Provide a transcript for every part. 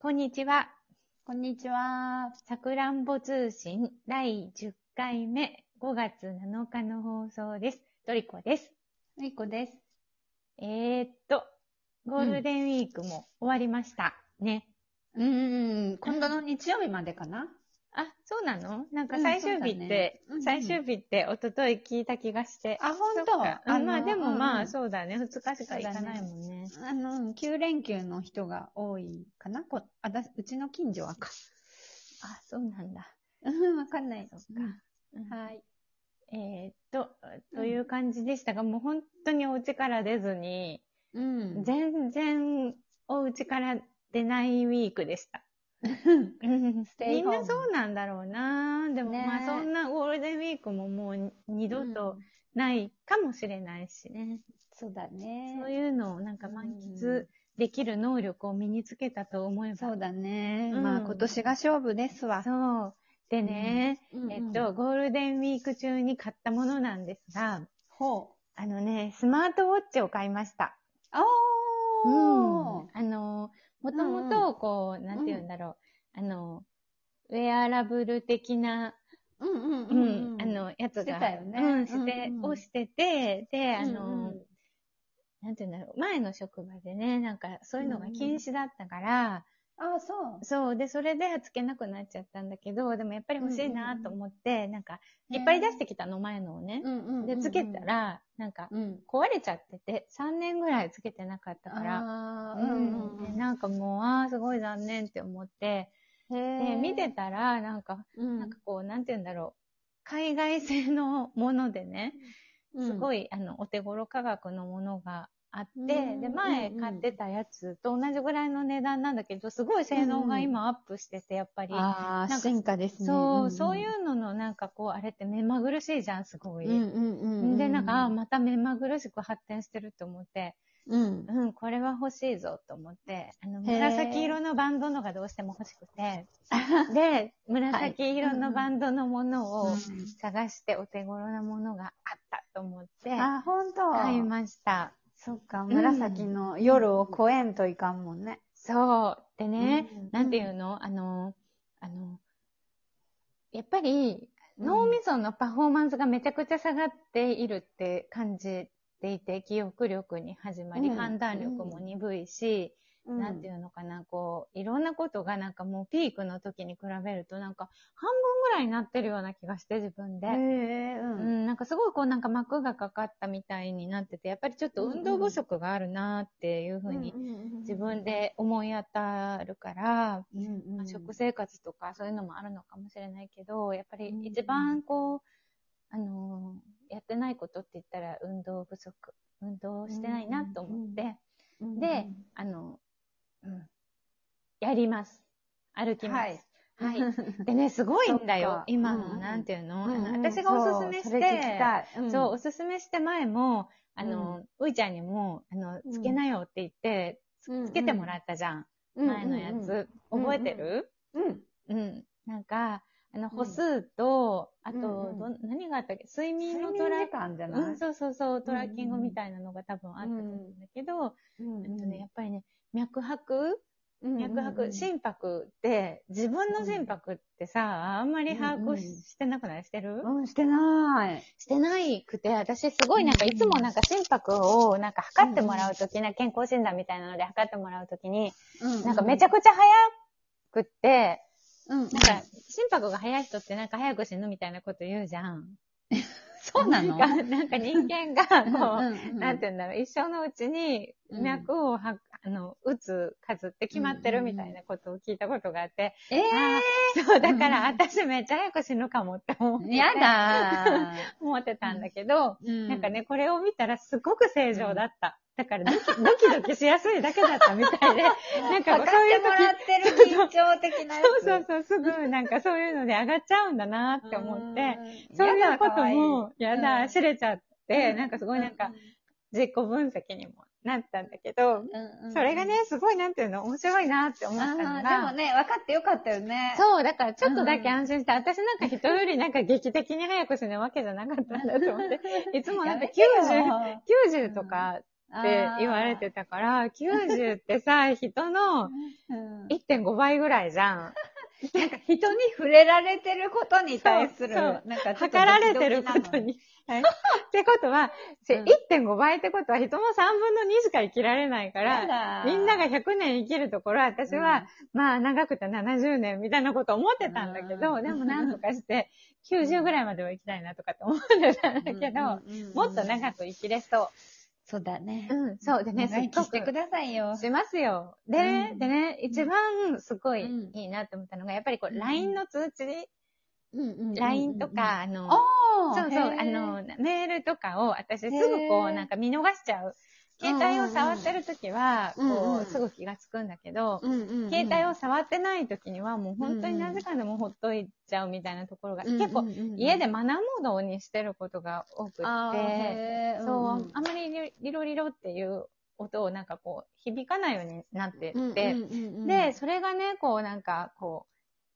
こんにちは。こんにちは。さくらんぼ通信第10回目5月7日の放送です。トリコです。みこです。えー、っと、ゴールデンウィークも終わりました。ね。うーん、今度の日曜日までかなあ、そうなのなんかうん最終日そうっだてね、うんうん最終日って一昨日聞いた気がして。あほんとそっかあ、あのまあでもうんまうあんそうだね。2日しか行かないもんね。あの、9連休の人が多いかなこあだうちの近所はか。あ、そうなんだ。うん、わかんない。そっかうんはい。えーっと、うんという感じでしたが、もう本当にお家から出ずに、うん。全然お家から出ないウィークでした。テ みイんホームなそうなんだろうな。でもねえまあそんなゴールデンウィークももう二度とうんないかもしれないしね。そうだね。そういうのをなんか満喫できる能力を身につけたと思えば。そうだね。うんまあ今年が勝負ですわ。そうでね、うんえっと、、ゴールデンウィーク中に買ったものなんですが、ほう。あのね、スマートウォッチを買いました。あおーあの、もともと、こう、なんて言うんだろう、あの、ウェアラブル的な、うんうんうん、あ、の、やつが、してたよねうん、して、うんうんをしてて、で、あの、うんうんなんて言うんだろう、前の職場でね、なんか、そういうのが禁止だったから、あー、そう。そう、で、それでつけなくなっちゃったんだけど、でもやっぱり欲しいなと思って、なんか、いっぱい出してきたの、前のをね。うんうんうんうんで、つけた、ら、なんか、うん。壊れちゃってて、3年ぐらいつけてなかったから、あーううんんうんうんでなんかもう、ああ、すごい残念って思って、で、へ見て、たら、なんか、ななんかこう、なんて言うんだろう。海外製のものでね、すごい、い、あの、お手頃価格のものがあって、うんで、前うんうん買ってたやつと同じぐらいの値段なんだけど、すごい性能が今アップしてて、やっぱり。あなあ、んか進化ですね。そう、んそういうののなんかこう、あれって目まぐるしいじゃん、すごい。うんうんうんうん。で、なんか、あーまた目まぐるしく発展してると思って、うん。うん、これは欲しいぞと思って、あの、へー紫色のバンドのがどうしても欲しく て、で、紫色のバンドのものを探してお手頃なものがあったと思って、あ、ほんと。買いました。そっか、紫の夜を越えんといかんもんね。そう。でね、うんなんていうのあの、あの、やっぱり、うん脳みそのパフォーマンスがめちゃくちゃ下がっているって感じていて、記憶力に始まり、うん判断力も鈍いし、なんていうのかな、こう、いろんなことがなんかもうピークの時に比べるとなんか半分ぐらいになってるような気がして自分で。へえ、う。うんん、なんかすごいこうなんか膜がかかったみたいになってて、やっぱりちょっと運動不足があるなっていうふうに自分で思い当たるから、うんうんうん、まあ食生活とかそういうのもあるのかもしれないけど、やっぱりうん一番こう、あのーやってないことって言ったら運動不足、運動してないなと思って、うんうん、であの、うん。やります。歩きます。はいはい。 でね、すごいんだそっよか。今の、うんうんなんていうの,、うんうん、あの私がおすすめして、そうそれ聞きたい。うんそう、おすすめして前も、あの、ういちゃんにも、あの、つけなよって言って、つけてもらったじゃん。前のやつ。。覚えてる、うんうんうんなんか、あの、ん歩数と、あと、うんうんどん何があったっけ睡うん。眠睡の眠トラ時間じゃないうん、そうそうそう、トラッキングみたいなのが多分あったと思うんだけど、うんえっとね、やっぱりね、脈拍脈拍、うん心拍って、自分の心拍ってさ、あんまり把握し,、うんうんてなくないしてる、うん、してない。してないくて、私すごいなんか、いつもなんか心拍をなんか測ってもらうときな、健康診断みたいなので測ってもらうときに、なんかめちゃくくちゃ早くって、ちゃ、うん、なんなんか、心拍が速い人ってなんか早く死ぬみたいなこと言うじゃ ん。そうなのなんかなんか人間が、 こう、ななんて言うんだろう、一生のうちにうん脈をは、あの打つ数って決まってるみたいなことを聞いたことがあって、ええそう、だから私めっちゃ早く死ぬかもって思って、ー、やだ思ってたんだけど、ー。なんかね、これを見たらすごく正常だった。だからドキドキドキしやすいだけだったみたい で、なんうん、かこうそういう時ってる緊張的なやそうそうそう、す ぐなんかそういうので上がっちゃうんだなって思って、、そういうことも、やうだ、ん知れちゃって、なんかすごいなんか、、自己分析にもなったんだけど、それがね、、すごいなんていうの、面白いなって思ったあのが。でもね、分かってよかったよね。そう、だからちょっとだけ安心して、私なんか人よりなんか劇的に早く死ぬわけじゃなかったんだと思って、いつもなんか90、90とかって言われてたから、90ってさ、人のうん1.5倍ぐらいじゃん。なんか人に触れられてることに対する、そうそうなんかちょっと測られてるこドキドキとなの。に。はいってことは、せうん1.5倍ってことは人も3分の2しか生きられないから、やだみんなが100年生きるところ、私は、、まあ長くて70年みたいなこと思ってたんだけうど、んでもなんとか して90ぐらいまでは生きたいなとかって思ってたんだけど、もっと長く。く生きれそそうだねう。。うん、そう。でね、す長っ生きごしてくくださいよ。しますよ。で、うんでね、一番すごいうんいいなって思ったのが、やっぱりこうう、ん LINE の通知、うんうんうんうん LINE と、か、あおの、ーそうそう、へーあの、メールとかを私すぐこへーう、なんか見逃しちゃう。携帯を触ってるときは、うんうんうんこう、すぐ気がつくんだけど、うんうんうん携帯を触ってないときには、もう本当になぜかでもほっといちゃうみたいなところが、結構、、家でマナーモードにしてることが多くって、あーへーそう、んあまりリリロリロっていう音をなんかこう、響かないようになってうんって、うんうんうんで、それがね、こうなんかこ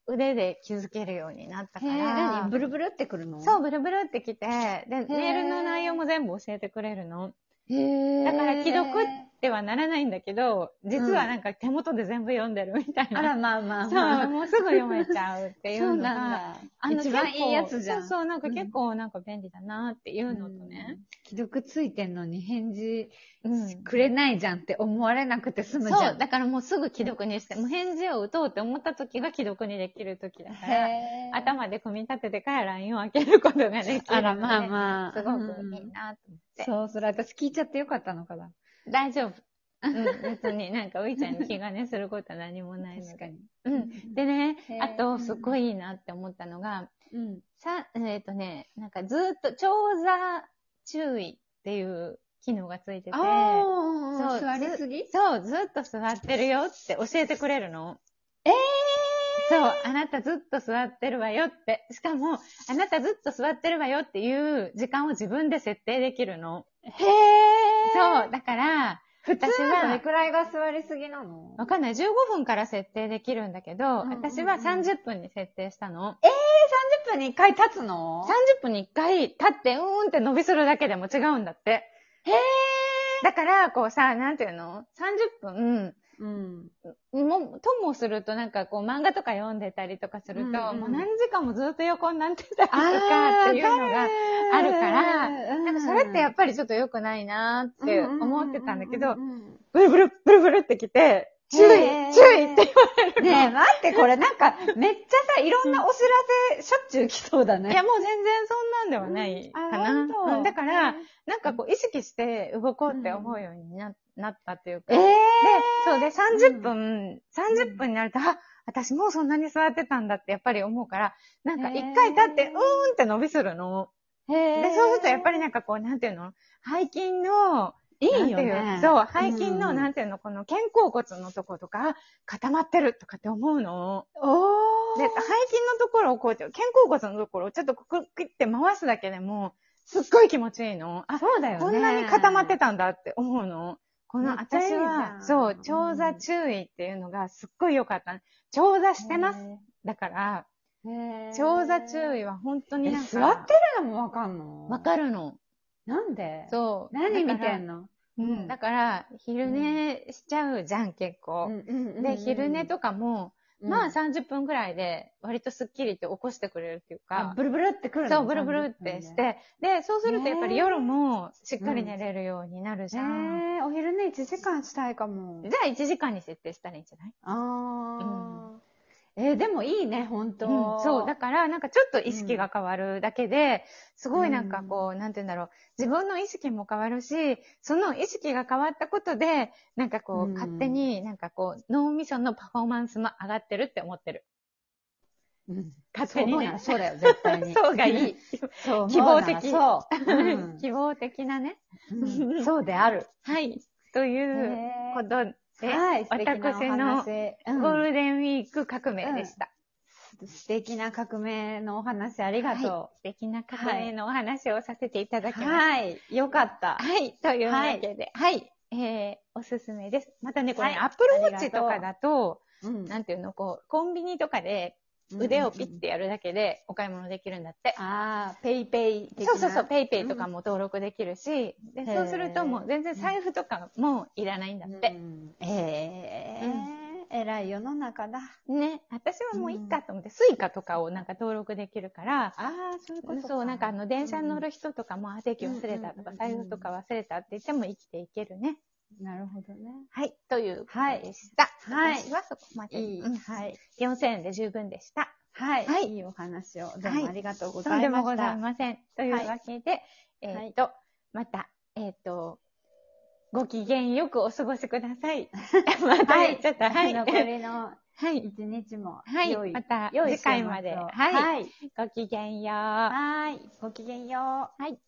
う、腕で気づけるようになったかへえ、ら何、ブルブルってくるの。そうう、ブルブルってきて、で、メールの内容も全部教えてくれるの。へえ。だから既読ではならないんだけど、実はなんか手元で全部読んでるみたいあな。ら、まあまあまそあう、。もうすぐ読めちゃうっていうそうのが、なんあだ。の一番いいやつじゃん。そうそう、なんかうん結構なんか便利だなっていうのとうねん。。既読ついてんのに返事うんくれないじゃんって思われなくて済むじゃん。そう、だからもうすぐ既読にして、もう返事を打とうって思った時が既読にできる時だから、へー頭で組み立ててから LINE を開けることができるので。あら、まあまあ。すごくうんいいなと思って。そう、それ私聞いちゃってよかったのかな。大丈夫。うん、別になんか、ういちゃんに気兼ねすることは何もないので。確かに。うん。でねへ、ーあと、すごいいいなって思ったのが、うん。さ、えっ、とね、なんかずっと、調査注意っていう機能がついてて、あそあ、う座りすぎそう、ずっと座ってるよって教えてくれるの。えーそう、あなたずっと座ってるわよって。しかも、あなたずっと座ってるわよっていう時間を自分で設定できるの。へそう、だから、普通はどれくらいが座りすぎなのわかんない。15分から設定できるんだけど、うんうんうん私は30分に設定したの。 ?30 分に1回立つの30分に1回立って、うーんって伸びするだけでも違うんだって。へだから、こうさ、なんていうの ?30 分、うん。もともするとなんかこう漫画とか読んでたりとかすると、うんうんもう何時間もずっと横になってたりとあかーっていうのが、あるから、なんかそれってやっぱぱりちょっと良くないなーって思ってたんだけど、ねブルブル、ブルブルってきて、注意、注へー意ってえ、待って、これなんか、めっちゃさ、いろんなお知らせ、しょっちゅう来そうだいね。や、もう全然そんなんではないかな。あ本当うんだから、なんかこう意識して動こうって思うようにな,、なったっていうか。えーで、そうで30分、30分になると、あ、私もうそんなに座ってたんだってやっぱり思うから、なんか一回立って、へーうーんって伸びするの。へえで、そうするとやっぱりなんかこう、なんていうの背筋の、いいよなんね。ていうそう、背筋の、うんなんていうの、この肩甲骨のとことか、固まってるとかって思うの。おで、背筋のところをこう、肩甲骨のところをちょっとくくくって回すだけでも、すっごい気持ちいいの。あ、そうだよね。こんなに固まってたんだって思うの。このめっちゃい私いじゃんは、そう、調う査ん注意っていうのがすっごい良かった。調査してます。だから、へー。調査注意は本当え。になんか。座ってるのもわかんのわかるの。なんでそう。何見だからてんのうん。だから、昼寝しちゃうじゃん、結構。で、昼寝とかも、まあ30分ぐらいで、割とスッキリって起こしてくれるっていうかか、、ブルブルってくるのそう、ブルブルってし。て、で、そうするとやっぱり夜もしっかり寝れるようになるじえゃん。ー、お昼寝1時間したいかもじ。ゃあ1時間に設定したらいいんじゃないああ。えー、でもいいね、本当うんそう、だからなんかちょっと意識が変わるだけで、すごいなんかこう、なんて言うんだろう、自分の意識も変わるし、その意識が変わったことで、なんかこうう、ん勝手になんかこう、脳みそのパフォーマンスも上がってるって思ってる。うん勝そ手うに思うねな。そうだよ、絶対 に。そうがいい。そう希望的思うならそ う希望的なね。 うんうん。そうである。はい。というへーことで、はい、素敵なお話。ゴうんールデンウィーク革命でした。素敵な革命のお話ありがと素敵な革命のお話をさせていたう。だきました。はい、よかった。はい、というわけで、はい、えー、おすすめです。またね、これね、はいアップルウあォりッがチとうとかだと、うんなんていうの、こう、コンビニとかで、腕をピッてやるだけでお買い物できるんだって。ああ、ペイペイ的そな。うそうそう、ペイペイとかも登録できるし、でそうするともう全然財布とかもいらないんだっうて。んええ偉い世の中だ。ね、私はもういいかと思って、スイカとかをなんか登録できるから、ああ、そういうことか。そう、なんかあの、電車に乗る人とかも、あ、席忘れたとうか、ん財布とか忘れたって言っても生きていけるね。なるほどね。はい、ということでした。はい私はそこまで。いい。うんはい。 4000円で十分でした。はい。はいい、いお話を。どうはいもありがとうごとざんいでまもしござた。いません。というわけで、えーっと、また、えーっと、ご機嫌よくお過ごしくださ い。また言っちゃった。はい。は残りのい。一日も、は良い。いま、た良い次回まで。週末をはい。はい。ごきげんよう。はい。ごきげんよう。はい。